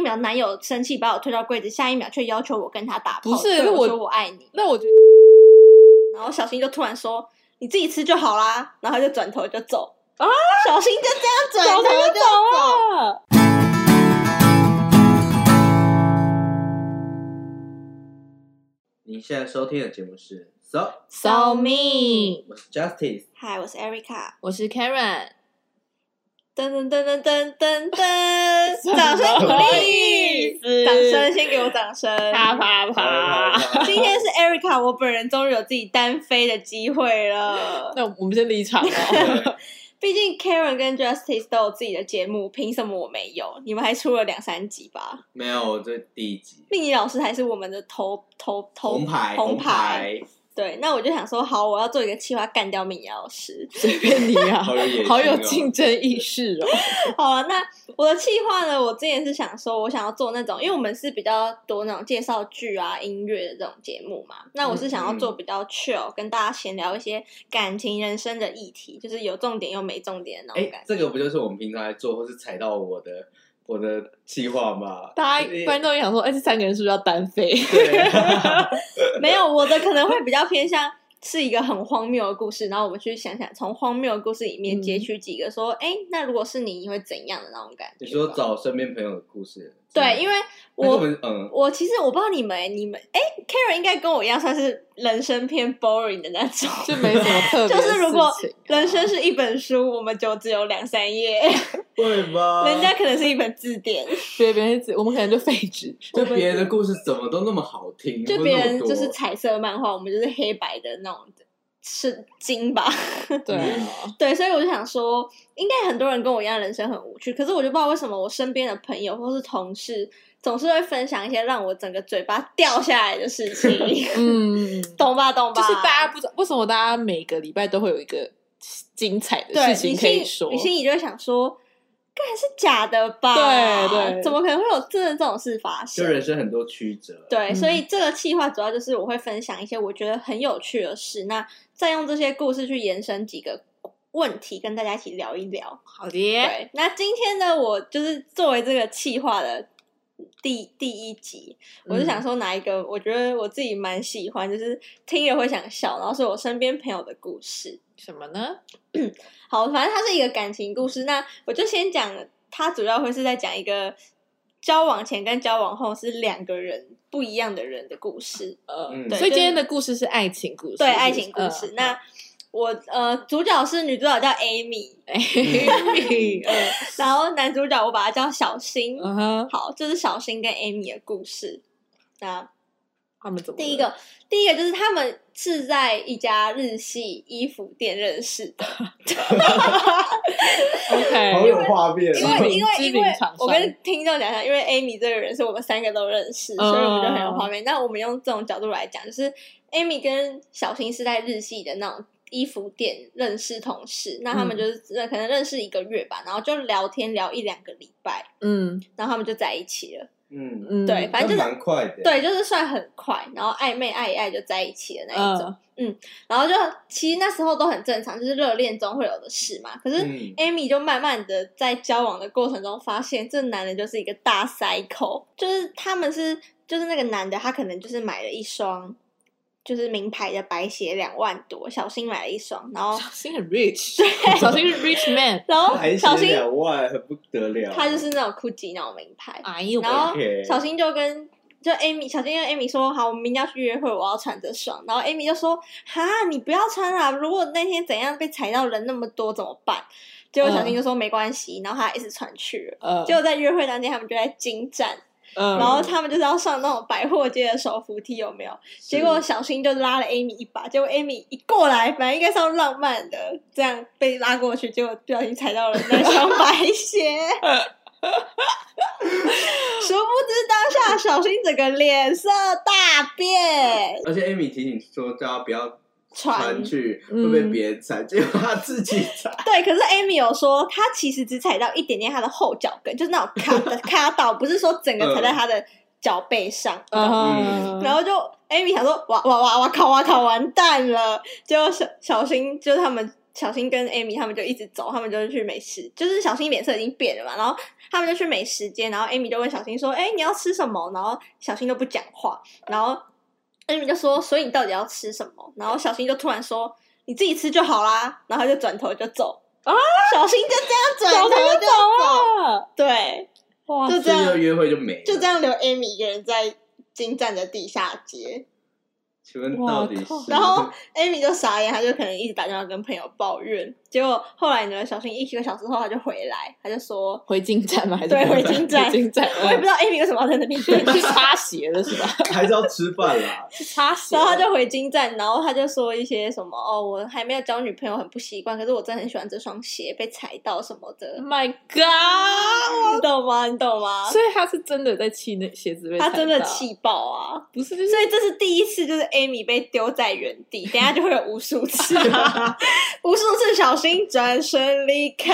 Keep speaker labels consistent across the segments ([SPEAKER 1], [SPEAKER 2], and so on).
[SPEAKER 1] 秒男友生气把我推到柜子，下一秒却要求我跟他打炮，
[SPEAKER 2] 不是
[SPEAKER 1] 对
[SPEAKER 2] 那
[SPEAKER 1] 我
[SPEAKER 2] 我
[SPEAKER 1] 说我爱你。
[SPEAKER 2] 那我觉得
[SPEAKER 1] 然后小新就突然说：“你自己吃就好啦。”然后他就转头就走。啊！小新就这样转头就走。
[SPEAKER 2] 啊，
[SPEAKER 3] 你现在收听的节目是 So，
[SPEAKER 2] 扫命，
[SPEAKER 3] 我是 Justice，
[SPEAKER 1] 嗨，我是 Erica。
[SPEAKER 2] 我是 Karen，
[SPEAKER 1] 噔噔噔噔噔噔 噔，掌声鼓励，
[SPEAKER 2] 思
[SPEAKER 1] 掌声，先给我掌声。
[SPEAKER 2] 啪啪啪。
[SPEAKER 1] 今天是 Erica，我本人终于有自己单飞的机会了。
[SPEAKER 2] 那我们先离场了。
[SPEAKER 3] 对
[SPEAKER 1] 毕竟 Karen 跟 Justice 都有自己的节目，凭什么我没有？你们还出了两三集吧？
[SPEAKER 3] 没有，我这第一集
[SPEAKER 1] 令仪老师还是我们的头头头
[SPEAKER 3] 红牌
[SPEAKER 1] 红牌。
[SPEAKER 3] 牌，
[SPEAKER 1] 对，那我就想说，好，我要做一个计划干掉命仪老师。
[SPEAKER 2] 随便你啊，
[SPEAKER 3] 好有野心哦
[SPEAKER 2] 好有竞争意识哦。
[SPEAKER 1] 好啊，那我的计划呢？我之前是想说，我想要做那种，因为我们是比较多那种介绍剧啊、音乐的这种节目嘛。那我是想
[SPEAKER 3] 嗯
[SPEAKER 1] 要做比较 chill，、跟大家闲聊一些感情、人生的议题，就是有重点又没重点的那种
[SPEAKER 3] 哎
[SPEAKER 1] 感，觉。
[SPEAKER 3] 这个不就是我们平常在做，或是踩到我的我的计划吗？
[SPEAKER 2] 大家观众也想说，哎，这三个人是不是要单飞？
[SPEAKER 3] 对，
[SPEAKER 1] 没有我的可能会比较偏向是一个很荒谬的故事，然后我们去想想从荒谬的故事里面
[SPEAKER 2] 嗯
[SPEAKER 1] 截取几个说，哎、那如果是你，你会怎样的那种感觉吧？
[SPEAKER 3] 你说找身边朋友的故事，
[SPEAKER 1] 对，因
[SPEAKER 3] 为
[SPEAKER 1] 为
[SPEAKER 3] 我
[SPEAKER 1] 我。
[SPEAKER 3] 们嗯，
[SPEAKER 1] 我其实我不知道你们，你们哎，Karen 应该跟我一样算是人生偏 boring 的那种，
[SPEAKER 2] 就没什么特别的
[SPEAKER 1] 就
[SPEAKER 2] 事情啊。
[SPEAKER 1] 是如果人生是一本书，我们就只有两三页，
[SPEAKER 3] 会吗？
[SPEAKER 1] 人家可能是一本字典，
[SPEAKER 2] 对别人是，我们可能就废纸。
[SPEAKER 3] 就别人的故事怎么都那么好听，
[SPEAKER 1] 就
[SPEAKER 3] 或
[SPEAKER 1] 别
[SPEAKER 3] 那么
[SPEAKER 1] 人就是
[SPEAKER 3] 多
[SPEAKER 1] 彩色漫画，我们就是黑白的那种是经吧。
[SPEAKER 3] 嗯
[SPEAKER 2] 对啊，
[SPEAKER 1] 对，所以我就想说，应该很多人跟我一样，人生很无趣。可是我就不知道为什么，我身边的朋友或是同事总是会分享一些让我整个嘴巴掉下来的事情，
[SPEAKER 2] 嗯，
[SPEAKER 1] 懂吧？懂吧？
[SPEAKER 2] 就是大家不知道为什么大家每个礼拜都会有一个精彩的
[SPEAKER 1] 对
[SPEAKER 2] 事
[SPEAKER 1] 你
[SPEAKER 2] 情可以说
[SPEAKER 1] 心，你心里就会想说。干是假的吧？
[SPEAKER 2] 对对
[SPEAKER 1] 怎么可能会有真的这种事发生？
[SPEAKER 3] 就人生很多曲折，
[SPEAKER 1] 对，
[SPEAKER 2] 嗯
[SPEAKER 1] 所以这个计划主要就是我会分享一些我觉得很有趣的事，那再用这些故事去延伸几个问题，跟大家一起聊一聊。
[SPEAKER 2] 好的，
[SPEAKER 1] 对，那今天呢，我就是作为这个计划的第第一集，我
[SPEAKER 2] 嗯
[SPEAKER 1] 就想说拿一个我觉得我自己蛮喜欢，就是听了会想笑，然后是我身边朋友的故事。
[SPEAKER 2] 什么呢？
[SPEAKER 1] 好，反正它是一个感情故事。那我就先讲，它主要会是在讲一个交往前跟交往后是两个人不一样的人的故事，
[SPEAKER 2] 呃，
[SPEAKER 3] 嗯
[SPEAKER 2] 所
[SPEAKER 1] 对
[SPEAKER 2] 以今天的故事是爱情故事，
[SPEAKER 1] 对
[SPEAKER 2] 是不是
[SPEAKER 1] 爱情故事。
[SPEAKER 2] 嗯
[SPEAKER 1] 那我呃，主角是女主角叫 Amy，
[SPEAKER 2] Amy，
[SPEAKER 1] 然后男主角我把他叫小新。
[SPEAKER 2] 嗯哼，
[SPEAKER 1] 好，这是小新跟 Amy 的故事。那
[SPEAKER 2] 他们怎么了
[SPEAKER 1] 第一个，第一个就是他们是在一家日系衣服店认识的。
[SPEAKER 3] 好
[SPEAKER 2] OK，
[SPEAKER 3] 有画面
[SPEAKER 1] 因
[SPEAKER 3] 哦，
[SPEAKER 1] 为
[SPEAKER 2] 知名
[SPEAKER 1] 因为
[SPEAKER 2] 知
[SPEAKER 1] 因
[SPEAKER 2] 名
[SPEAKER 1] 为
[SPEAKER 2] 厂商
[SPEAKER 1] 我跟听众讲一下，因为 Amy 这个人是我们三个都认识，
[SPEAKER 2] 哦
[SPEAKER 1] 所以我们就很有画面。那我们用这种角度来讲，就是 Amy 跟小新是在日系的那种衣服店认识同事，那他们就是认可能认识一个月吧，然后就聊天聊一两个礼拜，
[SPEAKER 2] 嗯
[SPEAKER 1] 然后他们就在一起了。
[SPEAKER 3] 嗯，
[SPEAKER 2] 嗯，
[SPEAKER 1] 对，反正就
[SPEAKER 3] 那
[SPEAKER 1] 是
[SPEAKER 3] 蛮快的，
[SPEAKER 1] 对，就是算很快，然后暧昧爱一爱就在一起的那一种。
[SPEAKER 2] 嗯
[SPEAKER 1] 然后就其实那时候都很正常，就是热恋中会有的事嘛。可是
[SPEAKER 3] 嗯，
[SPEAKER 1] Amy 就慢慢的在交往的过程中发现，这男人就是一个大塞口，就是他们是就是那个男的，他可能就是买了一双就是名牌的白鞋，两万多，小新买了一双，然 后
[SPEAKER 2] 小心很 rich，小心是 rich man，
[SPEAKER 1] 然后
[SPEAKER 3] 还
[SPEAKER 1] 哦小
[SPEAKER 3] 写
[SPEAKER 1] 新
[SPEAKER 3] 两万，很不得了，
[SPEAKER 1] 他就是那种 GUCCI 那种名牌，
[SPEAKER 2] 哎呦，
[SPEAKER 1] 然后
[SPEAKER 3] OK
[SPEAKER 1] 小新就跟。就 Amy 小新跟 Amy 说好，我们明天要去约会，我要穿这双。然后 Amy 就说哈，你不要穿啦，如果那天怎样被踩到人那么多怎么办？结果
[SPEAKER 3] 嗯
[SPEAKER 1] 小新就说没关系，然后他还一直穿去了。
[SPEAKER 2] 呃，
[SPEAKER 1] 结果在约会当天，他们就在进站，
[SPEAKER 2] 嗯
[SPEAKER 1] 然后他们就是要上那种百货街的手扶梯，有没有？结果小新就拉了 Amy 一把，结果 Amy 一过来，本来应该是要浪漫的，这样被拉过去，结果不小心踩到了那双白鞋。 殊不知当下小新整个脸色大变，
[SPEAKER 3] 而且 Amy 提醒说，叫他不要
[SPEAKER 1] 传
[SPEAKER 3] 传去，
[SPEAKER 2] 嗯
[SPEAKER 3] 会被别人踩，结果他自己踩。
[SPEAKER 1] 对，可是 Amy 有说，她其实只踩到一点点她的后脚跟，就是那种卡的 卡到，不是说整个踩在她的脚背上。
[SPEAKER 2] 嗯
[SPEAKER 1] 然后就 Amy 想说，哇哇哇哇靠哇靠，完蛋了！结果小小新就是他们小新跟 Amy 他们就一直走，他们就去美食，就是小新脸色已经变了嘛，然后他们就去美食街，然后 Amy 就问小新说：“哎、你要吃什么？”然后小新都不讲话，然后 Amy 就说：“所以你到底要吃什么？”然后小新就突然说：“你自己吃就好啦。”然后他就转头就走。
[SPEAKER 2] 啊！
[SPEAKER 1] 小新就这样转头就走，
[SPEAKER 2] 啊，
[SPEAKER 1] 对，
[SPEAKER 2] 哇
[SPEAKER 1] 就这
[SPEAKER 3] 所以要
[SPEAKER 1] 样
[SPEAKER 3] 约会就没了
[SPEAKER 1] 就这。样留 Amy 一个人在精湛的地下街。
[SPEAKER 3] 请问到底
[SPEAKER 2] 哇靠
[SPEAKER 3] 是？
[SPEAKER 1] 然后
[SPEAKER 2] 嗯
[SPEAKER 1] Amy 就傻眼，她就可能一直打电话跟朋友抱怨。结果后来呢，小新一个小时后她就回来，她就说
[SPEAKER 2] 回进站吗？还是
[SPEAKER 1] 对
[SPEAKER 2] 不
[SPEAKER 1] 回进站
[SPEAKER 2] 回 进站，嗯
[SPEAKER 1] 我也不知道 Amy 为什么要在那边等
[SPEAKER 2] 去擦鞋了是吧？
[SPEAKER 3] 还是要吃饭啦。
[SPEAKER 2] 去擦鞋
[SPEAKER 1] 然
[SPEAKER 2] 了，
[SPEAKER 1] 后她就回金站，然后她就说一些什么哦，我还没有交女朋友，很不习惯，可是我真的很喜欢这双鞋，被踩到什么
[SPEAKER 2] Oh
[SPEAKER 1] 的，
[SPEAKER 2] my God！
[SPEAKER 1] 你懂吗？你懂吗？
[SPEAKER 2] 所以他嗯是真的在气那鞋子被
[SPEAKER 1] 她
[SPEAKER 2] 踩
[SPEAKER 1] 真的
[SPEAKER 2] 到，
[SPEAKER 1] 气爆啊！
[SPEAKER 2] 不是就是
[SPEAKER 1] 所以这是第一次，就是 Amy 被丢在原地，等一下就会有无数次，
[SPEAKER 2] 啊
[SPEAKER 1] 无数次小心转身离 开。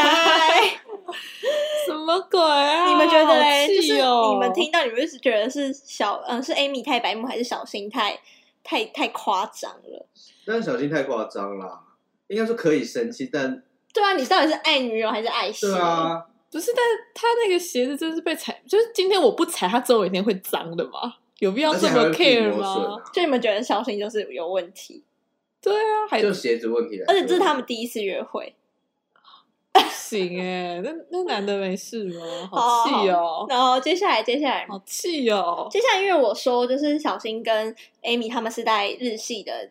[SPEAKER 2] 什么鬼啊？
[SPEAKER 1] 你们觉得嘞？
[SPEAKER 2] 好
[SPEAKER 1] 就
[SPEAKER 2] 气
[SPEAKER 1] 是
[SPEAKER 2] 哦
[SPEAKER 1] 你们听到，你们是觉得是小嗯是 Amy 太白目，还是小新太太太夸张了？
[SPEAKER 3] 但是小新太夸张啦，应该说可以生气，但
[SPEAKER 1] 对啊，你到底是爱女友还是爱谁？
[SPEAKER 3] 对啊，
[SPEAKER 2] 不是？但是他那个鞋子真是被踩，就是今天我不踩，它总有一天会脏的嘛？有必要
[SPEAKER 3] 而且
[SPEAKER 2] 这
[SPEAKER 3] 还
[SPEAKER 2] 么
[SPEAKER 3] 会皮
[SPEAKER 2] care
[SPEAKER 3] 磨损
[SPEAKER 2] 吗？
[SPEAKER 3] 啊，
[SPEAKER 1] 就你们觉得小新就是有问题，
[SPEAKER 2] 对啊，还
[SPEAKER 3] 就鞋子问题来
[SPEAKER 1] 而
[SPEAKER 3] 说。
[SPEAKER 1] 且这是他们第一次约会，
[SPEAKER 2] 不行哎、那那男的没事吗？
[SPEAKER 1] 好
[SPEAKER 2] 好气哦、
[SPEAKER 1] 然后接下来接下来
[SPEAKER 2] 好气哦、
[SPEAKER 1] 接下来，因为我说就是小新跟 Amy 他们是在日系的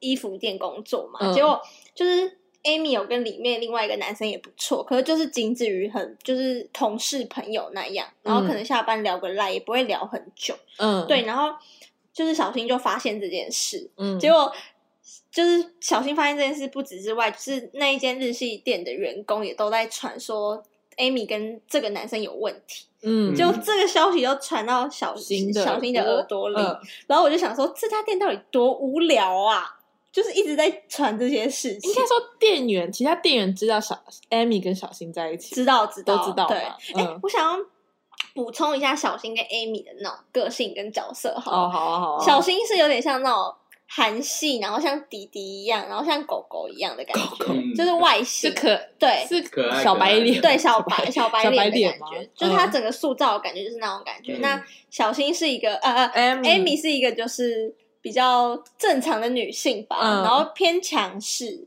[SPEAKER 1] 衣服店工作嘛，
[SPEAKER 2] 嗯
[SPEAKER 1] 结果就是 Amy 有跟里面另外一个男生也不错，可是就是仅止于很就是同事朋友那样，然后可能下班聊个赖也不会聊很久，
[SPEAKER 2] 嗯，
[SPEAKER 1] 对，，然后就是小新就发现这件事，
[SPEAKER 2] 嗯，
[SPEAKER 1] 结果。就是小新发现这件事不止之外，就是那一间日系店的员工也都在传说 Amy 跟这个男生有问题，
[SPEAKER 2] 嗯，
[SPEAKER 1] 就这个消息就传到小
[SPEAKER 2] 新的
[SPEAKER 1] 小新的耳朵里，
[SPEAKER 2] 嗯
[SPEAKER 1] 然后我就想说，这家店到底多无聊啊！就是一直在传这些事情
[SPEAKER 2] 应。该说店员，其他店员知道小 Amy 跟小新在一起，
[SPEAKER 1] 知道，知道，
[SPEAKER 2] 都知道
[SPEAKER 1] 对，
[SPEAKER 2] 嘛
[SPEAKER 1] 哎、
[SPEAKER 2] 嗯
[SPEAKER 1] 我想要补充一下小新跟 Amy 的那种个性跟角色好了
[SPEAKER 2] 哦，好啊，好啊，
[SPEAKER 1] 小新是有点像那种韩系，然后像迪迪一样，然后像狗狗一样的感觉，
[SPEAKER 3] 嗯
[SPEAKER 1] 就是外
[SPEAKER 2] 是
[SPEAKER 1] 形。
[SPEAKER 2] 可
[SPEAKER 1] 对，
[SPEAKER 2] 是
[SPEAKER 3] 可爱
[SPEAKER 2] 小
[SPEAKER 3] 可
[SPEAKER 2] 白
[SPEAKER 3] 爱
[SPEAKER 2] 脸，
[SPEAKER 1] 对小白小
[SPEAKER 2] 小
[SPEAKER 1] 白
[SPEAKER 2] 白
[SPEAKER 1] 脸的感
[SPEAKER 2] 脸吗嗯
[SPEAKER 1] 觉，就是他整个塑造的感觉就是那种感觉。
[SPEAKER 3] 嗯
[SPEAKER 1] 那小新是一个呃呃
[SPEAKER 2] Amy
[SPEAKER 1] Amy 是一个就是比较正常的女性吧，
[SPEAKER 2] 嗯
[SPEAKER 1] 然后偏强势，对，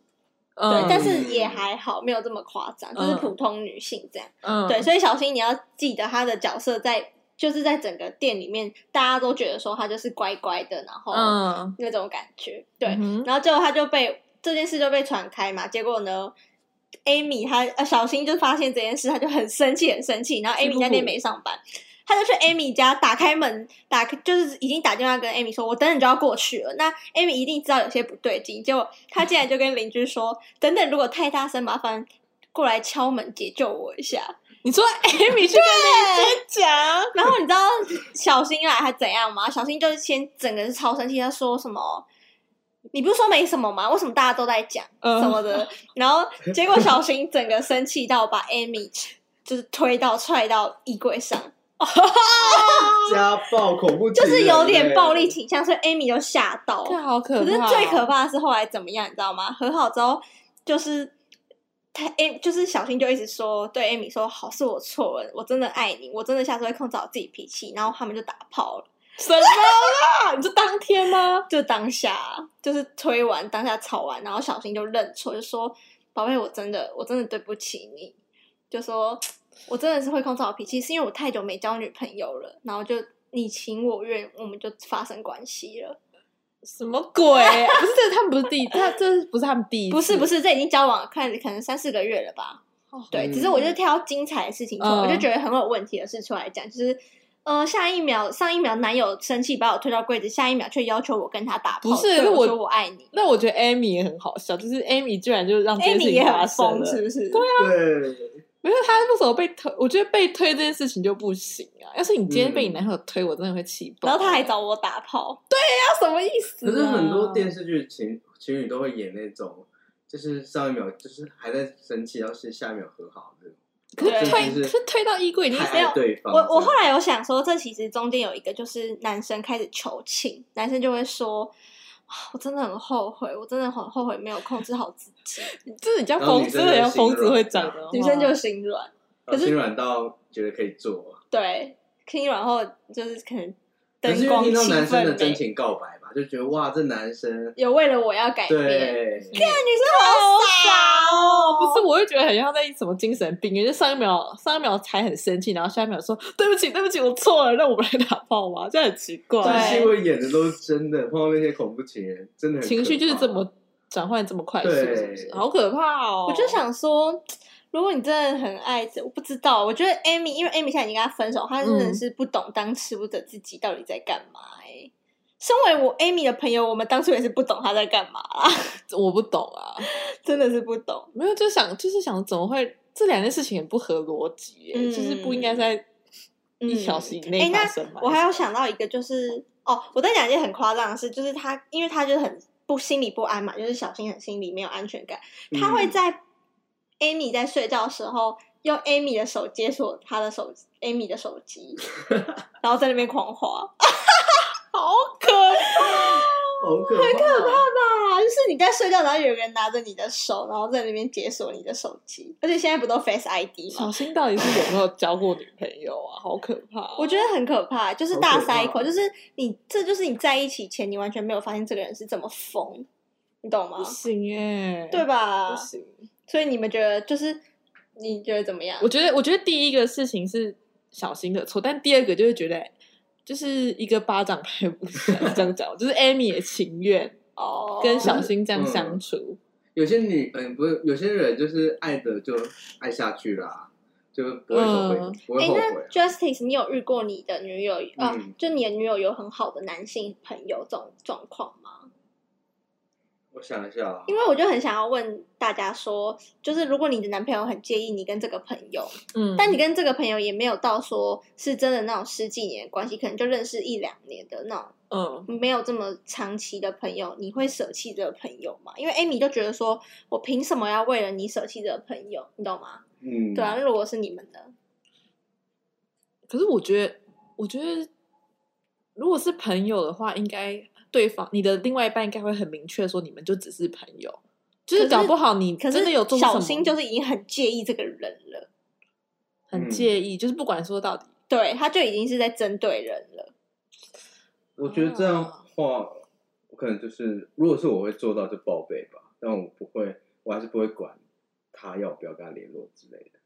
[SPEAKER 2] 嗯，
[SPEAKER 1] 但是也还好，没有这么夸张，就是普通女性这样。
[SPEAKER 2] 嗯，
[SPEAKER 1] 对，所以小新你要记得她的角色在就是在整个店里面，大家都觉得说她就是乖乖的，然后
[SPEAKER 2] 嗯，
[SPEAKER 1] 那种感觉，对。
[SPEAKER 2] 嗯哼
[SPEAKER 1] 然后最后他就被这件事就被传开嘛，结果呢，Amy 她呃小新就发现这件事，她就很生气，很生气。然后
[SPEAKER 2] 气
[SPEAKER 1] Amy
[SPEAKER 2] 不服
[SPEAKER 1] 那天没上班，他就去 Amy 家打开门，打开就是已经打电话跟 Amy 说，我等等就要过去了。那 Amy 一定知道有些不对劲，结果他竟然就跟邻居说，等等如果太大声，麻烦过来敲门解救我一下。
[SPEAKER 2] 你说 Amy 去跟邻居讲，
[SPEAKER 1] 然后你知道小新来还怎样吗？小新就是先整个是超生气，他说什么？你不是说没什么吗？为什么大家都在讲
[SPEAKER 2] 嗯
[SPEAKER 1] 什么的？然后结果小新整个生气到把 Amy 就是推到踹到衣柜上，
[SPEAKER 3] 家暴恐怖情
[SPEAKER 1] 就
[SPEAKER 3] 人欸，
[SPEAKER 1] 是有点暴力倾向，所以 Amy 就吓到。
[SPEAKER 2] 这好嗯
[SPEAKER 1] 可
[SPEAKER 2] 可
[SPEAKER 1] 是
[SPEAKER 2] 怕，
[SPEAKER 1] 最可怕的是后来怎么样，你知道吗？和好之后，就是他 A 就是小新就一直说对 Amy 说，好是我错了，我真的爱你，我真的下次会控制好自己脾气。然后他们就打炮了。
[SPEAKER 2] 什么啦？ 你说当天吗？
[SPEAKER 1] 就当下就是推完，当下吵完，然后小新就认错，就说：“宝贝，我真的我真的对不起你。”就说：“我真的是会控制好脾气，是因为我太久没交女朋友了。”然后就你情我愿，我们就发生关系了。
[SPEAKER 2] 什么 鬼？不是，这他们不是第一，他这不是他们第一次，
[SPEAKER 1] 不是不是，这已经交往看可能三四个月了吧？
[SPEAKER 2] 哦
[SPEAKER 1] 对，
[SPEAKER 3] 嗯
[SPEAKER 1] 只是我就挑精彩的事情出来，
[SPEAKER 2] 嗯
[SPEAKER 1] 我就觉得很有问题的事出来讲，就是。呃，下一秒上一秒男友生气把我推到柜子，下一秒却要求我跟他打炮，
[SPEAKER 2] 不是
[SPEAKER 1] 对
[SPEAKER 2] 是
[SPEAKER 1] 我
[SPEAKER 2] 我
[SPEAKER 1] 说我爱你
[SPEAKER 2] 那我觉得 Amy 也很好笑，就是 Amy 居然就让这件事
[SPEAKER 1] ，Amy
[SPEAKER 2] 情
[SPEAKER 1] 也
[SPEAKER 2] 发
[SPEAKER 1] 很
[SPEAKER 2] 生
[SPEAKER 1] 疯，
[SPEAKER 2] 了。
[SPEAKER 1] 是不是？
[SPEAKER 3] 对，
[SPEAKER 2] 没有他为什么被推？我觉得被推这件事情就不行啊！要是你今天
[SPEAKER 3] 嗯
[SPEAKER 2] 被你男朋友推，我真的会气爆。
[SPEAKER 1] 然后他还找我打炮，
[SPEAKER 2] 他什么意思、啊？
[SPEAKER 3] 可是很多电视剧情情侣都会演那种，就是上一秒就是还在生气，然后是下一秒和好的，
[SPEAKER 2] 可是
[SPEAKER 1] 对
[SPEAKER 2] 推，
[SPEAKER 3] 就
[SPEAKER 2] 可
[SPEAKER 3] 是
[SPEAKER 2] 是推到衣柜已经
[SPEAKER 3] 还
[SPEAKER 1] 没有
[SPEAKER 3] 爱对方
[SPEAKER 1] 我
[SPEAKER 3] 这样。
[SPEAKER 1] 我后来有想说，这其实中间有一个就是男生开始求情，男生就会说。我真的很后悔，我真的很后悔没有控制好自己。
[SPEAKER 2] 这你叫
[SPEAKER 3] 然后
[SPEAKER 2] 疯，
[SPEAKER 3] 女
[SPEAKER 2] 真
[SPEAKER 3] 生
[SPEAKER 2] 的
[SPEAKER 3] 就
[SPEAKER 2] 叫
[SPEAKER 3] 心
[SPEAKER 2] 疯子
[SPEAKER 3] 软
[SPEAKER 2] 会讲的。
[SPEAKER 1] 女生就心软，
[SPEAKER 3] 然后
[SPEAKER 1] 可是
[SPEAKER 3] 心软到觉得可以做，
[SPEAKER 1] 对，心软后就是可能
[SPEAKER 3] 可是
[SPEAKER 1] 灯
[SPEAKER 3] 因为
[SPEAKER 1] 光
[SPEAKER 3] 听到
[SPEAKER 1] 气
[SPEAKER 3] 男生的
[SPEAKER 1] 氛
[SPEAKER 3] 真
[SPEAKER 1] 美，
[SPEAKER 3] 情告白吧，就觉得哇，这男生
[SPEAKER 1] 有为了我要改变，
[SPEAKER 3] 对，
[SPEAKER 1] 好傻 哦，
[SPEAKER 2] 不是，我会觉得很像在什么精神病院，就上一秒上一秒才很生气，然后下一秒说对不起，对不起，我错了，让我们来打炮吧，这样很奇
[SPEAKER 3] 这
[SPEAKER 1] 对
[SPEAKER 2] 怪。
[SPEAKER 3] 新闻演的都是真的，碰到那些恐怖情人，真的很
[SPEAKER 2] 情绪
[SPEAKER 3] 可
[SPEAKER 2] 就是
[SPEAKER 3] 怕
[SPEAKER 2] 这么转换这么快速，
[SPEAKER 3] 对
[SPEAKER 2] 是不是？好可怕哦！
[SPEAKER 1] 我就，想说，如果你真的很爱这，我不知道。我觉得 Amy，因为 Amy 现在已经跟他分手，她真的
[SPEAKER 2] 嗯
[SPEAKER 1] 是不懂当吃不者自己到底在干嘛、欸。身为我 Amy 的朋友，我们当初也是不懂她在干嘛啦，
[SPEAKER 2] 我不懂啊，
[SPEAKER 1] 真的是不懂。
[SPEAKER 2] 没有就想就是想怎么会这两件事情很不合逻辑耶、
[SPEAKER 1] 嗯
[SPEAKER 2] 就是不应该在
[SPEAKER 1] 嗯
[SPEAKER 2] 一小时以
[SPEAKER 1] 哎
[SPEAKER 2] 内
[SPEAKER 1] 那
[SPEAKER 2] 发生吧、
[SPEAKER 1] 我还有想到一个，就是哦，我在讲一件很夸张的事，就是她，因为她就是很不心里不安嘛，就是小心很心里没有安全感，她会
[SPEAKER 3] 嗯
[SPEAKER 1] 在 Amy 在睡觉的时候。用 Amy 的手解锁她的手，Amy 的手机，然后在那边狂滑，
[SPEAKER 2] 好可
[SPEAKER 3] 好可怕，很可怕。
[SPEAKER 1] 啊，就是你在睡觉，然后有个人拿着你的手，然后在那边解锁你的手机，而且现在不都 Face ID
[SPEAKER 2] 小
[SPEAKER 1] 吗？
[SPEAKER 2] 新到底是有没有交过女朋友啊？好可怕哦、
[SPEAKER 1] 我觉得很可怕，就是
[SPEAKER 3] 好
[SPEAKER 1] 大
[SPEAKER 3] 可怕
[SPEAKER 1] 塞口，就是你，这就是你在一起前，你完全没有发现这个人是怎么疯，你懂吗
[SPEAKER 2] 不？行耶、
[SPEAKER 1] 对吧
[SPEAKER 2] 啊不？行。
[SPEAKER 1] 所以你们觉得，就是你觉得怎么样
[SPEAKER 2] 我？觉得，我觉得第一个事情是小新的错，但第二个就是觉得，就是一个巴掌拍不响，这样讲，就是 Amy 也情愿
[SPEAKER 1] 哦，
[SPEAKER 2] 跟小新这样相处。
[SPEAKER 3] 有些女，嗯，不是，有些人就是爱的就爱下去啦，就不会后悔，
[SPEAKER 2] 嗯
[SPEAKER 3] 不
[SPEAKER 1] 哎、
[SPEAKER 3] 会后悔
[SPEAKER 1] 那
[SPEAKER 3] 啊。
[SPEAKER 1] Justice，你有遇过你的女友啊、
[SPEAKER 3] 嗯
[SPEAKER 1] 就你的女友有很好的男性朋友这种状况吗？
[SPEAKER 3] 我想一下啊，
[SPEAKER 1] 因为我就很想要问大家说，就是如果你的男朋友很介意你跟这个朋友，
[SPEAKER 2] 嗯，
[SPEAKER 1] 但你跟这个朋友也没有到说是真的那种十几年的关系，可能就认识一两年的那种
[SPEAKER 2] 嗯，
[SPEAKER 1] 没有这么长期的朋友，你会舍弃这个朋友吗？因为 Amy 就觉得说，我凭什么要为了你舍弃这个朋友？你懂吗？
[SPEAKER 3] 嗯，
[SPEAKER 1] 对啊，，如果是你们的，
[SPEAKER 2] 可是我觉得，我觉得如果是朋友的话，应该对方你的另外一半应该会很明确说，你们就只是朋友。就是
[SPEAKER 1] 可是
[SPEAKER 2] 搞不好你
[SPEAKER 1] 可
[SPEAKER 2] 真
[SPEAKER 1] 是
[SPEAKER 2] 的有做出什
[SPEAKER 1] 小
[SPEAKER 2] 么，
[SPEAKER 1] 新就是已经很介意这个人了，
[SPEAKER 2] 很介意，就是不管说到底，
[SPEAKER 1] 对，他就已经是在针对人了。
[SPEAKER 3] 我觉得这样
[SPEAKER 2] 啊
[SPEAKER 3] 话，我可能就是，如果是我会做到就报备吧，但我不会，我还是不会管他要不要跟他联络之类的。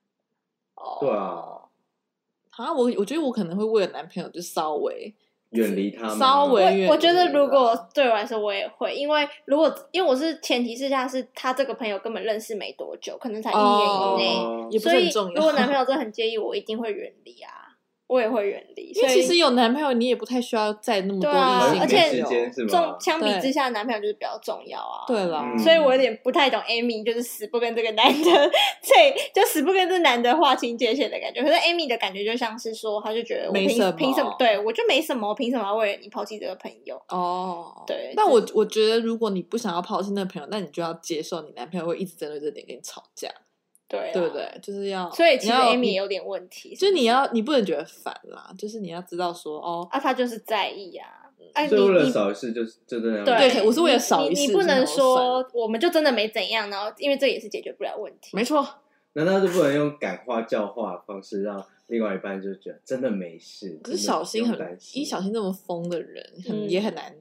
[SPEAKER 1] 哦
[SPEAKER 3] 对啊，
[SPEAKER 2] 好像我我觉得我可能会为了男朋友就稍微
[SPEAKER 3] 远离他吗
[SPEAKER 2] 稍微远
[SPEAKER 1] 我我觉得
[SPEAKER 2] 离
[SPEAKER 1] 如
[SPEAKER 2] 啦
[SPEAKER 1] 果对我来说，我也会，因为如果因为我是前提之下是他这个朋友根本认识没多久，可能才一
[SPEAKER 2] 哦
[SPEAKER 1] 年以内，
[SPEAKER 3] 哦
[SPEAKER 2] 也不
[SPEAKER 1] 所
[SPEAKER 2] 是
[SPEAKER 1] 以
[SPEAKER 2] 很重要。
[SPEAKER 1] 如果男朋友真的很介意，我一定会远离啊，我也会远离。
[SPEAKER 2] 因为
[SPEAKER 1] 所以
[SPEAKER 2] 其实有男朋友，你也不太需要再那么多
[SPEAKER 1] 对啊
[SPEAKER 2] 异性
[SPEAKER 1] 而且
[SPEAKER 2] 朋友
[SPEAKER 3] 时间是
[SPEAKER 1] 重
[SPEAKER 3] 吗？
[SPEAKER 1] 相比
[SPEAKER 2] 对
[SPEAKER 1] 之下，男朋友就是比较重要啊。
[SPEAKER 2] 对啦，
[SPEAKER 3] 嗯
[SPEAKER 1] 所以我有点不太懂 Amy，就是死不跟这个男的，这就死不跟这男的划清界限的感觉。可是 Amy 的感觉就像是说，他就觉得我
[SPEAKER 2] 没
[SPEAKER 1] 凭
[SPEAKER 2] 什么
[SPEAKER 1] 凭什么？对我就没什么，我凭什么要为了你抛弃这个朋友？
[SPEAKER 2] 哦，
[SPEAKER 1] 对
[SPEAKER 2] 但
[SPEAKER 1] 这
[SPEAKER 2] 我我觉得，如果你不想要抛弃那个朋友，那你就要接受你男朋友会一直针对这点跟你吵架，
[SPEAKER 1] 对啊
[SPEAKER 2] 对不？对？就是要，
[SPEAKER 1] 所以其实
[SPEAKER 2] 你要
[SPEAKER 1] Amy 也
[SPEAKER 2] 你
[SPEAKER 1] 有点问题，
[SPEAKER 2] 就是
[SPEAKER 1] 不
[SPEAKER 2] 你要，你不能觉得烦啦，就是你要知道说，哦，
[SPEAKER 1] 啊，他就是在意啊。哎，你
[SPEAKER 3] 嗯所以为了
[SPEAKER 1] 你
[SPEAKER 3] 少一事，就是真的要
[SPEAKER 2] 对我是为了少一
[SPEAKER 1] 你你
[SPEAKER 2] 事
[SPEAKER 1] 不
[SPEAKER 2] 真的
[SPEAKER 1] 能
[SPEAKER 2] 好
[SPEAKER 1] 说我们就真的没怎样，然后因为这也是解决不了问题。
[SPEAKER 2] 没错，
[SPEAKER 3] 难道就不能用感化教化的方式让另外一半就觉得真的没事？
[SPEAKER 2] 可是
[SPEAKER 3] 真的
[SPEAKER 2] 小新
[SPEAKER 3] 不用担
[SPEAKER 2] 很，
[SPEAKER 3] 心嗯
[SPEAKER 2] 一小新这么疯的人，很
[SPEAKER 1] 嗯
[SPEAKER 2] 也很难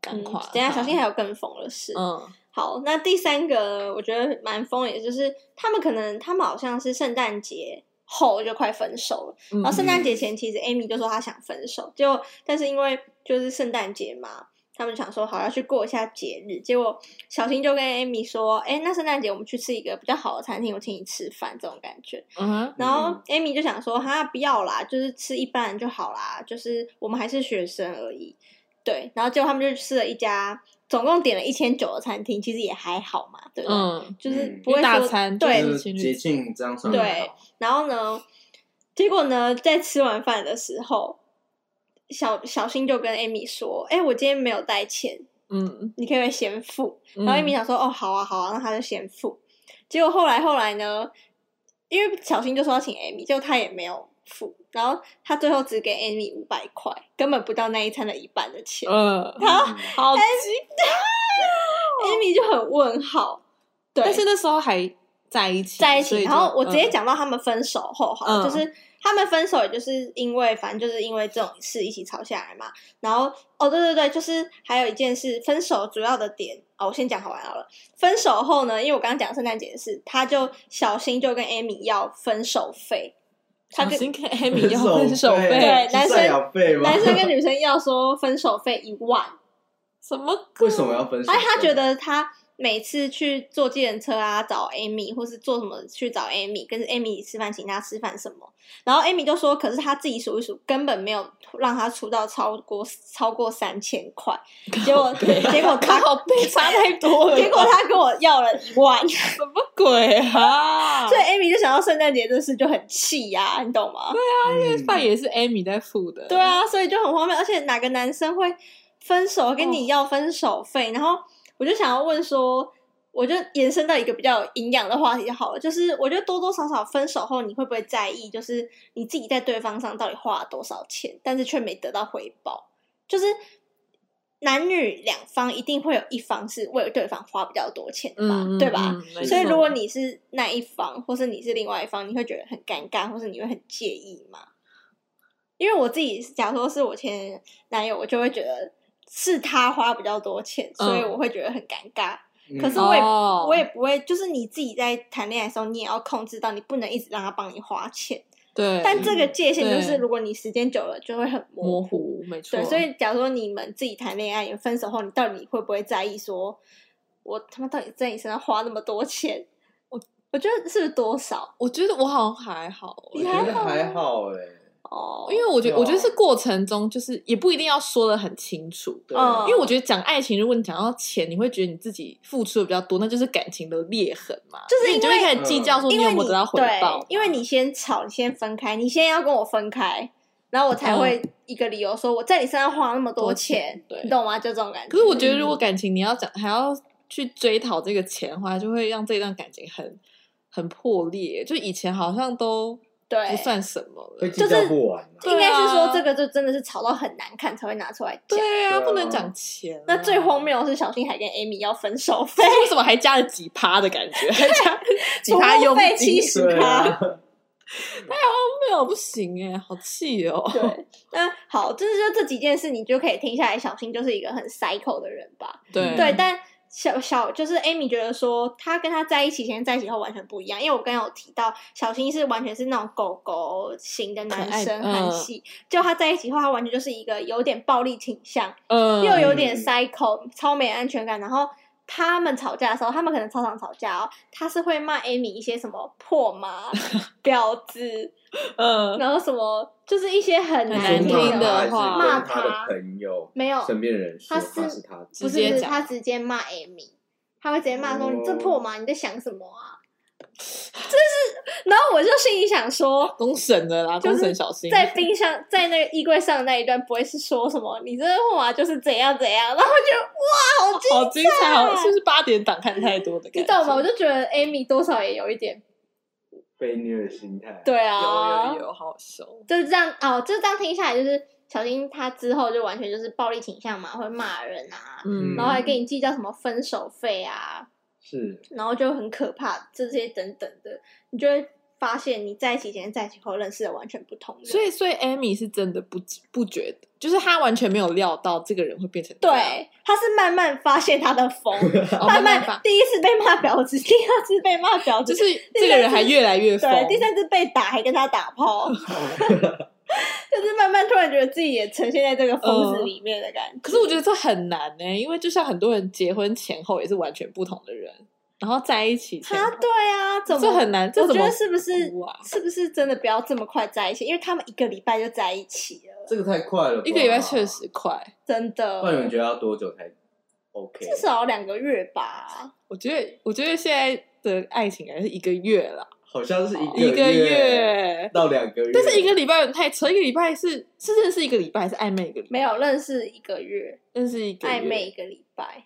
[SPEAKER 2] 感
[SPEAKER 1] 嗯，
[SPEAKER 2] 化他。
[SPEAKER 1] 等一下小心还有更疯的事。
[SPEAKER 2] 嗯，
[SPEAKER 1] 好，那第三个我觉得蛮疯的，也就是他们可能他们好像是圣诞节后就快分手了，
[SPEAKER 2] 嗯
[SPEAKER 1] 然后圣诞节前其实 Amy 就说她想分手，结果但是因为就是圣诞节嘛。他们想说好要去过一下节日，结果小新就跟 Amy 说：“哎、那圣诞节我们去吃一个比较好的餐厅，我请你吃饭，这种感觉。”
[SPEAKER 2] 嗯哼，
[SPEAKER 1] 然后
[SPEAKER 3] 嗯
[SPEAKER 1] Amy 就想说，哈，不要啦，就是吃一般人就好啦，就是我们还是学生而已。对，然后结果他们就吃了一家，总共点了一千九的餐厅，其实也还好嘛，对不对？
[SPEAKER 2] 嗯，
[SPEAKER 1] 就是
[SPEAKER 3] 嗯
[SPEAKER 1] 不会
[SPEAKER 2] 因为大
[SPEAKER 1] 说
[SPEAKER 2] 餐
[SPEAKER 1] 对
[SPEAKER 2] 就
[SPEAKER 3] 就是是节庆这样算
[SPEAKER 1] 对
[SPEAKER 3] 很 好
[SPEAKER 1] 然后呢，结果呢，在吃完饭的时候，小小新就跟 Amy 说：“哎、我今天没有带钱，
[SPEAKER 2] 嗯，
[SPEAKER 1] 你可不可以先付？”
[SPEAKER 2] 嗯
[SPEAKER 1] 然后一米想说，哦，好啊，好啊，那他就先付。结果后来后来呢，因为小新就说要请 Amy，结果他也没有付，然后他最后只给 Amy 五百块，根本不到那一餐的一半的钱。
[SPEAKER 2] 嗯，
[SPEAKER 3] 嗯
[SPEAKER 1] 哎
[SPEAKER 2] 好奇，
[SPEAKER 1] Amy 就很问号，对，
[SPEAKER 2] 但是那时候还在一起，
[SPEAKER 1] 在一
[SPEAKER 2] 所
[SPEAKER 1] 起。
[SPEAKER 2] 以就
[SPEAKER 1] 然后我直接
[SPEAKER 2] 嗯
[SPEAKER 1] 讲到他们分手后好了，
[SPEAKER 2] 嗯
[SPEAKER 1] 就是他们分手，也就是因为反正就是因为这种事一起吵下来嘛。然后哦，对对对，就是还有一件事，分手主要的点哦，我先讲好玩好了。分手后呢，因为我刚刚讲圣诞节的事，他就小新就跟 Amy 要分手 费，他
[SPEAKER 2] 小
[SPEAKER 1] 跟
[SPEAKER 2] 心跟 Amy 要分手
[SPEAKER 3] 费
[SPEAKER 2] 呗，
[SPEAKER 1] 对男生
[SPEAKER 3] 是赡养费吗？
[SPEAKER 1] 男生跟女生要说分手费一万。
[SPEAKER 2] 什么鬼
[SPEAKER 3] 为什 么要分手费？
[SPEAKER 1] 哎，他觉得他每次去坐计程车啊，找 Amy，或是做什么去找 Amy，跟 Amy 吃饭，请他吃饭什么，然后 Amy 就说，可是他自己数一数，根本没有让他出到超过超过三千块，结果结果他
[SPEAKER 2] 靠背差太多了吧，
[SPEAKER 1] 结果他跟我要了一 万，
[SPEAKER 2] 什么鬼啊？
[SPEAKER 1] 所以 Amy 就想到圣诞节这事就很气呀、你懂吗？
[SPEAKER 3] 嗯
[SPEAKER 2] 饭也是 Amy 在付的，
[SPEAKER 1] 对，啊，所以就很荒谬。而且哪个男生会分手跟
[SPEAKER 2] 哦
[SPEAKER 1] 你要分手费？然后我就想要问说，我就延伸到一个比较有营养的话题就好了，就是我觉得多多少少分手后你会不会在意，就是你自己在对方上到底花了多少钱，但是却没得到回报，就是。男女两方一定会有一方是为了对方花比较多钱的嘛，
[SPEAKER 2] 嗯，
[SPEAKER 1] 对吧？
[SPEAKER 2] 嗯？没
[SPEAKER 1] 所以
[SPEAKER 2] 错
[SPEAKER 1] 如果你是那一方，或是你是另外一方，你会觉得很尴尬，或是你会很介意吗？因为我自己，假如说是我前男友，我就会觉得是他花比较多钱，
[SPEAKER 2] 嗯
[SPEAKER 1] 所以我会觉得很尴尬。
[SPEAKER 3] 嗯
[SPEAKER 1] 可是我也、
[SPEAKER 2] 哦
[SPEAKER 1] 我也不会，就是你自己在谈恋爱的时候，你也要控制到，你不能一直让他帮你花钱。
[SPEAKER 2] 对，
[SPEAKER 1] 但这个界限就是，
[SPEAKER 2] 对
[SPEAKER 1] 如果你时间久了，就会很模
[SPEAKER 2] 模
[SPEAKER 1] 糊。
[SPEAKER 2] 糊没错，
[SPEAKER 1] 对，所以假如说你们自己谈恋爱，你们分手后，你到底会不会在意说，我他妈到底在你身上花那么多钱？
[SPEAKER 2] 我
[SPEAKER 1] 我觉得是不是多少
[SPEAKER 2] 我觉得我好像还好，
[SPEAKER 3] 我
[SPEAKER 1] 你
[SPEAKER 3] 觉
[SPEAKER 1] 还
[SPEAKER 3] 得
[SPEAKER 1] 好啊
[SPEAKER 3] 还
[SPEAKER 1] 吗
[SPEAKER 3] 好哎，
[SPEAKER 1] 哦？
[SPEAKER 2] 因为我觉得，我觉得
[SPEAKER 3] 哦
[SPEAKER 2] 是过程中，就是也不一定要说的很清楚。
[SPEAKER 3] 对啊
[SPEAKER 1] 嗯
[SPEAKER 2] 因为我觉得讲爱情，如果你讲到钱，你会觉得你自己付出的比较多，那就是感情的裂痕嘛。
[SPEAKER 1] 就是
[SPEAKER 2] 你
[SPEAKER 1] 因
[SPEAKER 2] 就会
[SPEAKER 1] 为
[SPEAKER 2] 开始计较说
[SPEAKER 1] 因
[SPEAKER 2] 有
[SPEAKER 1] 为
[SPEAKER 2] 没有
[SPEAKER 1] 你
[SPEAKER 2] 得到回报
[SPEAKER 1] 对，。因为你先吵，你先分开，你先要跟我分开，然后我才会一个理由说我在你身上花那么
[SPEAKER 2] 嗯多
[SPEAKER 1] 钱
[SPEAKER 2] 钱，对
[SPEAKER 1] 你懂吗？就这种感觉。
[SPEAKER 2] 可是我
[SPEAKER 3] 嗯
[SPEAKER 2] 觉得，如果感情你要讲还要去追讨这个钱的话，就会让这段感情很很破裂。就以前好像都
[SPEAKER 1] 对
[SPEAKER 2] 不，算什么
[SPEAKER 3] 会
[SPEAKER 2] 了。
[SPEAKER 3] 计较不完啊
[SPEAKER 2] 就是
[SPEAKER 1] 应该是说
[SPEAKER 2] 对啊
[SPEAKER 1] 这个就真的是吵到很难看才会拿出来讲。
[SPEAKER 2] 对啊，
[SPEAKER 3] 对啊
[SPEAKER 2] 不能讲钱啊。
[SPEAKER 1] 那最荒谬的是，小新还跟 Amy 要分手 费，
[SPEAKER 2] 为什么还加了几趴的感觉？还加几
[SPEAKER 1] 服
[SPEAKER 2] 趴
[SPEAKER 1] 务
[SPEAKER 2] 佣
[SPEAKER 1] 费
[SPEAKER 2] 金
[SPEAKER 1] 七？十
[SPEAKER 3] 对
[SPEAKER 1] 趴。
[SPEAKER 3] 啊，
[SPEAKER 2] 没有不行哎，好气
[SPEAKER 3] 嗯
[SPEAKER 2] 哦。
[SPEAKER 1] 对，那好，就是就这几件事，你就可以听下来，小新就是一个很 cycle 的人吧。
[SPEAKER 2] 对
[SPEAKER 1] 对，但小小就是 Amy 觉得说，她跟他在一起前、在一起后完全不一样，因为我刚刚有提到，小新是完全是那种狗狗型的男生，
[SPEAKER 2] 可爱
[SPEAKER 1] 很
[SPEAKER 2] 嗯
[SPEAKER 1] 细。就他在一起后，他完全就是一个有点暴力倾向，
[SPEAKER 2] 嗯，
[SPEAKER 1] 又有点
[SPEAKER 3] 嗯
[SPEAKER 1] cycle，超没安全感，然后。他们吵架的时候，他们可能超常吵架哦。他是会骂 Amy 一些什么破 妈、婊子，
[SPEAKER 2] 嗯，
[SPEAKER 1] 然后什么就是一些很
[SPEAKER 2] 很
[SPEAKER 1] 难
[SPEAKER 2] 难
[SPEAKER 1] 听
[SPEAKER 2] 啊听的
[SPEAKER 1] 的
[SPEAKER 3] 还是
[SPEAKER 2] 话
[SPEAKER 1] 骂
[SPEAKER 3] 跟
[SPEAKER 1] 他
[SPEAKER 3] 他的朋友
[SPEAKER 1] 没有
[SPEAKER 3] 身边人说
[SPEAKER 1] 他是
[SPEAKER 3] 他是他的
[SPEAKER 1] 不
[SPEAKER 2] 直
[SPEAKER 1] 是
[SPEAKER 2] 接
[SPEAKER 1] 不是
[SPEAKER 2] 讲
[SPEAKER 1] 他直接骂 Amy，他会直接骂说：“
[SPEAKER 3] 哦
[SPEAKER 1] 你这破马，你在想什么啊？”就是，然后我就心里想 说，
[SPEAKER 2] 公审的啦，
[SPEAKER 1] 就
[SPEAKER 2] 公
[SPEAKER 1] 是
[SPEAKER 2] 审小心。
[SPEAKER 1] 在冰箱在那个衣柜上的那一段，不会是说什么“你这破马就是怎样怎样”，然后我觉得哇，好
[SPEAKER 2] 好精彩，好
[SPEAKER 1] 彩
[SPEAKER 2] 是不是八点档看太多的感觉？
[SPEAKER 1] 你懂吗？我就觉得 Amy 多少也有一点，
[SPEAKER 3] 被虐心态，
[SPEAKER 1] 对
[SPEAKER 2] 有
[SPEAKER 1] 啊，
[SPEAKER 2] 有有，好凶。
[SPEAKER 1] 就是这样哦，就是这样听下来，就是小新他之后就完全就是暴力倾向嘛，会骂人啊，
[SPEAKER 2] 嗯，
[SPEAKER 1] 然后还跟你计较什么分手费啊，
[SPEAKER 3] 是
[SPEAKER 1] 然后就很可怕，这些等等的，你就会发现你在一起前、在一起后认识的完全不同人。
[SPEAKER 2] 所以所以 Amy 是真的不不觉得，就是她完全没有料到这个人会变成这样，
[SPEAKER 1] 对，他是慢慢发现他的疯，
[SPEAKER 2] 啊 哦
[SPEAKER 1] 慢
[SPEAKER 2] 慢
[SPEAKER 1] 慢
[SPEAKER 2] 发，
[SPEAKER 1] 第一次被骂婊子，第二次被骂婊
[SPEAKER 2] 就
[SPEAKER 1] 子，
[SPEAKER 2] 是这个人还越来越疯。
[SPEAKER 1] 对，第三次被打还跟他打 炮，就是慢慢突然觉得自己也呈现在这个疯子里面的感觉。
[SPEAKER 2] 嗯可是我觉得这很难呢、因为就像很多人结婚前后也是完全不同的人，然后在一起前
[SPEAKER 1] 啊，
[SPEAKER 2] 后
[SPEAKER 1] 对啊，怎么
[SPEAKER 2] 这很难这
[SPEAKER 1] 我觉
[SPEAKER 2] 怎么
[SPEAKER 1] 得是不是
[SPEAKER 2] 哭啊
[SPEAKER 1] 是不是真的不要这么快在一起？因为他们一个礼拜就在一起了，
[SPEAKER 3] 这个太快了吧，
[SPEAKER 2] 一个礼拜确实快，
[SPEAKER 1] 真的
[SPEAKER 3] 不。然你们觉得要多久才 OK？啊
[SPEAKER 1] 至少两个月吧。
[SPEAKER 2] 我觉得我觉得现在的爱情还是一个月啦，
[SPEAKER 3] 好像是一个
[SPEAKER 2] 一个月。
[SPEAKER 3] 到两个月，
[SPEAKER 2] 但是一个礼拜有点太扯，一个礼拜是是认识一个礼拜，还是暧昧一个礼拜？
[SPEAKER 1] 没有认识一个月，
[SPEAKER 2] 认识一个月
[SPEAKER 1] 暧昧一个礼拜，
[SPEAKER 2] 欸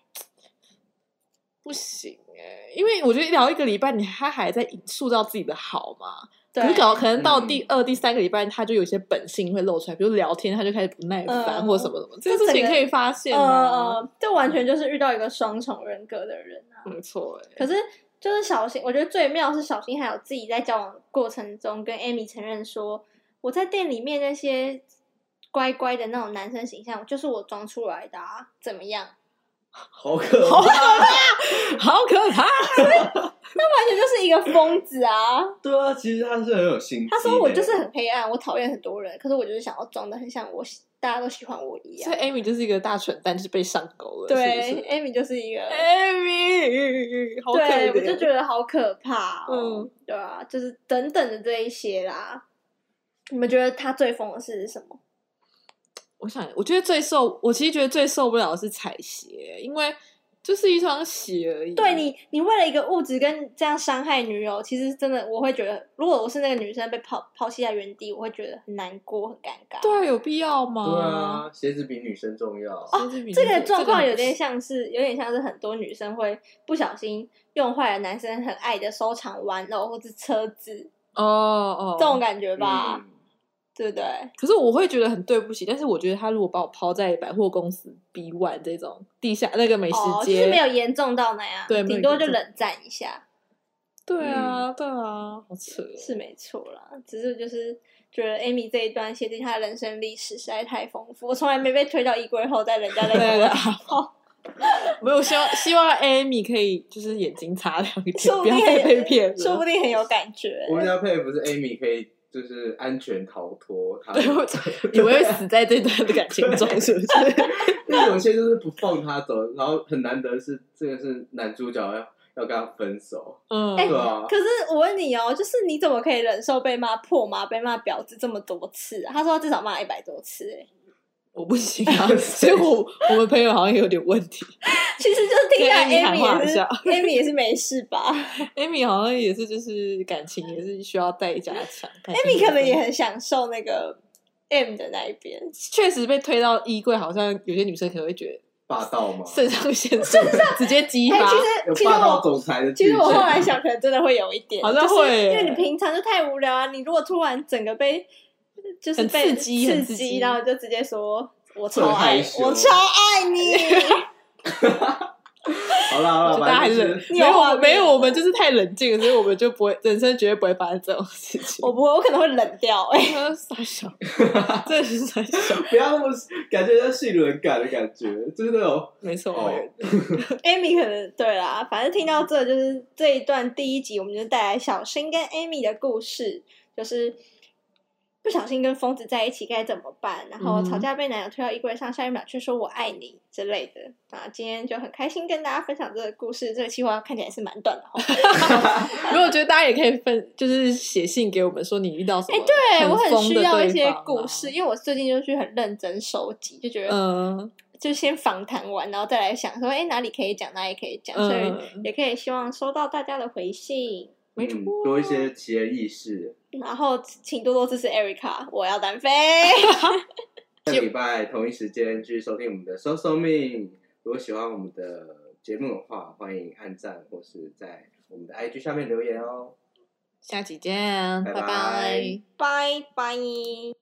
[SPEAKER 2] 不行哎、因为我觉得聊一个礼拜，你他还在塑造自己的好嘛，
[SPEAKER 1] 对嗯
[SPEAKER 2] 可是搞可能到第二、第三个礼拜，他就有些本性会露出来，比如聊天，他就开始不耐烦
[SPEAKER 1] 嗯
[SPEAKER 2] 或什么什么，这
[SPEAKER 1] 这
[SPEAKER 2] 件事
[SPEAKER 1] 整
[SPEAKER 2] 情
[SPEAKER 1] 个
[SPEAKER 2] 可以发现啊。
[SPEAKER 1] 呃，这完全就是遇到一个双重人格的人啊。
[SPEAKER 2] 没错， 哎，
[SPEAKER 1] 可是就是小新，我觉得最妙是小新还有自己在交往过程中跟 Amy 承认说，我在店里面那些乖乖的那种男生形象，就是我装出来的、啊，怎么样？
[SPEAKER 3] 好可
[SPEAKER 2] 好
[SPEAKER 3] 怕
[SPEAKER 2] 可。怕，好可怕！
[SPEAKER 1] 哎完全就是一个疯子啊！
[SPEAKER 3] 对啊，其实他是很有心机的。
[SPEAKER 1] 他说我就是很黑暗，我讨厌很多人，可是我就是想要装的很像我喜，大家都喜欢我一
[SPEAKER 2] 所
[SPEAKER 1] 样
[SPEAKER 2] 以。Amy 就是一个大蠢蛋，就是被上钩了。是不
[SPEAKER 1] 对
[SPEAKER 2] 是
[SPEAKER 1] ，Amy 就是一个，
[SPEAKER 2] ，Amy，好可
[SPEAKER 1] 对
[SPEAKER 2] 怜。
[SPEAKER 1] 我就觉得好可怕、哦。
[SPEAKER 2] 嗯，
[SPEAKER 1] 对啊，就是等等的这一些啦。你们觉得他最疯的事是什么？
[SPEAKER 2] 我想，我觉得最受，我其实觉得最受不了的是踩鞋，因为就是一双鞋而已。
[SPEAKER 1] 对你，你为了一个物质跟这样伤害女友，其实真的我会觉得，如果我是那个女生被抛抛弃在原地，我会觉得很难过、很尴尬。
[SPEAKER 2] 对啊，有必要吗？
[SPEAKER 3] 对啊，鞋子比女生重要。
[SPEAKER 2] 鞋子比你，
[SPEAKER 1] 哦这个状况有点
[SPEAKER 2] 这个
[SPEAKER 1] 像是，有点像是很多女生会不小心用坏了男生很爱的收藏玩偶或是车子，
[SPEAKER 2] 很哦哦，
[SPEAKER 1] 这种感觉吧，
[SPEAKER 3] 嗯，
[SPEAKER 1] 对不对？
[SPEAKER 2] 可是我会觉得很对不起，但是我觉得他如果把我抛在百货公司 B One 这种地下那个美食
[SPEAKER 1] 哦，就
[SPEAKER 2] 街，
[SPEAKER 1] 是没有严重到那样，
[SPEAKER 2] 对没有
[SPEAKER 1] 顶多就
[SPEAKER 2] 严重
[SPEAKER 1] 冷战一下，
[SPEAKER 2] 对啊，对啊，好扯哦。
[SPEAKER 1] 嗯是没错啦。只是就是觉得 Amy 这一段写进她的人生历史实在太丰富，我从来没被推到衣柜后，在人哦家在跟
[SPEAKER 2] 对
[SPEAKER 1] 我
[SPEAKER 2] 啊，没有希望，希望 Amy 可以就是眼睛擦亮一点，
[SPEAKER 1] 说不
[SPEAKER 2] 不要
[SPEAKER 1] 定
[SPEAKER 2] 再被骗了。
[SPEAKER 1] 说不定很有感觉。
[SPEAKER 3] 我比较佩服是 Amy 可以就是安全逃脱他，
[SPEAKER 2] 对，我以为会死在这段的感情中，是 不是？
[SPEAKER 1] 哎
[SPEAKER 3] 因为有些就是不放他走，然后很难得是这个是男主角要要跟他分手，
[SPEAKER 2] 嗯，
[SPEAKER 1] 哎
[SPEAKER 3] 对啊，
[SPEAKER 1] 可是我问你哦，就是你怎么可以忍受被骂破骂、被骂婊子这么多次、啊？他说他至少骂一百多次、哎，
[SPEAKER 2] 我不行啊，所以我我们朋友好像有点问题。
[SPEAKER 1] 其实就是听起来
[SPEAKER 2] 跟 Amy 喊
[SPEAKER 1] Amy
[SPEAKER 2] 话
[SPEAKER 1] 也
[SPEAKER 2] 一
[SPEAKER 1] 是
[SPEAKER 2] 下
[SPEAKER 1] Amy 也是没事吧
[SPEAKER 2] Amy 好像也是，就是感情也是需要再加强。感情
[SPEAKER 1] ？Amy 可能也很享受那个 M 的那一边，
[SPEAKER 2] 确实被推到衣柜，好像有些女生可能会觉
[SPEAKER 3] 霸道嘛
[SPEAKER 2] 得，肾上腺素 直接激
[SPEAKER 1] 哎、
[SPEAKER 2] 发。
[SPEAKER 1] 其
[SPEAKER 3] 有
[SPEAKER 1] 实其实
[SPEAKER 3] 霸道
[SPEAKER 1] 我
[SPEAKER 3] 总裁的剧
[SPEAKER 1] 其
[SPEAKER 3] 情。
[SPEAKER 1] 实我后来想，可能真的会有一点，
[SPEAKER 2] 好像
[SPEAKER 1] 就是
[SPEAKER 2] 会耶
[SPEAKER 1] 因为你平常就太无聊啊。你如果突然整个被就是
[SPEAKER 2] 很
[SPEAKER 1] 被
[SPEAKER 2] 刺激很刺
[SPEAKER 1] 刺
[SPEAKER 2] 激
[SPEAKER 1] 激，然后你就直接说“我
[SPEAKER 3] 会
[SPEAKER 1] 超
[SPEAKER 3] 害
[SPEAKER 1] 爱，
[SPEAKER 3] 羞
[SPEAKER 1] 我超爱你
[SPEAKER 3] 好啦好
[SPEAKER 2] 就大
[SPEAKER 3] 啦，
[SPEAKER 2] 家还
[SPEAKER 3] 反正
[SPEAKER 2] 冷
[SPEAKER 3] 就是，
[SPEAKER 1] 你
[SPEAKER 2] 没
[SPEAKER 1] 有
[SPEAKER 2] 有
[SPEAKER 1] 画
[SPEAKER 2] 我没
[SPEAKER 1] 面
[SPEAKER 2] 有，
[SPEAKER 1] 吗
[SPEAKER 2] 我们就是太冷静了，所以我们就不会，人生绝对不会发生这种事”，情。
[SPEAKER 1] 我不会，我可能会冷掉、哎，
[SPEAKER 2] 呃傻笑，真的是傻笑，
[SPEAKER 3] 不要那么感觉像性冷感的感觉，就是那种
[SPEAKER 2] 没错。
[SPEAKER 3] 哦
[SPEAKER 1] Amy 可能对啦，反正听到这就是这一段第一集，我们就带来小新跟 Amy 的故事，就是不小心跟疯子在一起该怎么办，然后
[SPEAKER 2] 嗯哼
[SPEAKER 1] 吵架被男友推到衣柜上，下一秒却说我爱你之类的。啊，今天就很开心跟大家分享这个故事，这个计划看起来是蛮短的哦。
[SPEAKER 2] 如果觉得大家也可以分，就是写信给我们说你遇到什么，
[SPEAKER 1] 哎对 我
[SPEAKER 2] 很
[SPEAKER 1] 很
[SPEAKER 2] 疯
[SPEAKER 1] 需
[SPEAKER 2] 的
[SPEAKER 1] 要一
[SPEAKER 2] 对
[SPEAKER 1] 些
[SPEAKER 2] 方啊
[SPEAKER 1] 故事，，因为我最近就是很认真收集，就觉得
[SPEAKER 2] 嗯
[SPEAKER 1] 就先访谈完，然后再来想说，哎，哪里可以讲，哪里可以讲，所以
[SPEAKER 2] 嗯，
[SPEAKER 1] 也可以希望收到大家的回信。
[SPEAKER 2] 没错
[SPEAKER 3] 嗯，多一
[SPEAKER 1] 啊
[SPEAKER 3] 些企业意识。
[SPEAKER 1] 然后请多多支持 Erica，我要单飞。
[SPEAKER 3] 下礼拜同一时间继续收听我们的《搜搜命》。如果喜欢我们的节目的话，欢迎按赞或是在我们的 IG 下面留言哦。
[SPEAKER 2] 下期见，
[SPEAKER 3] 拜
[SPEAKER 2] 拜
[SPEAKER 3] 拜
[SPEAKER 1] 拜拜。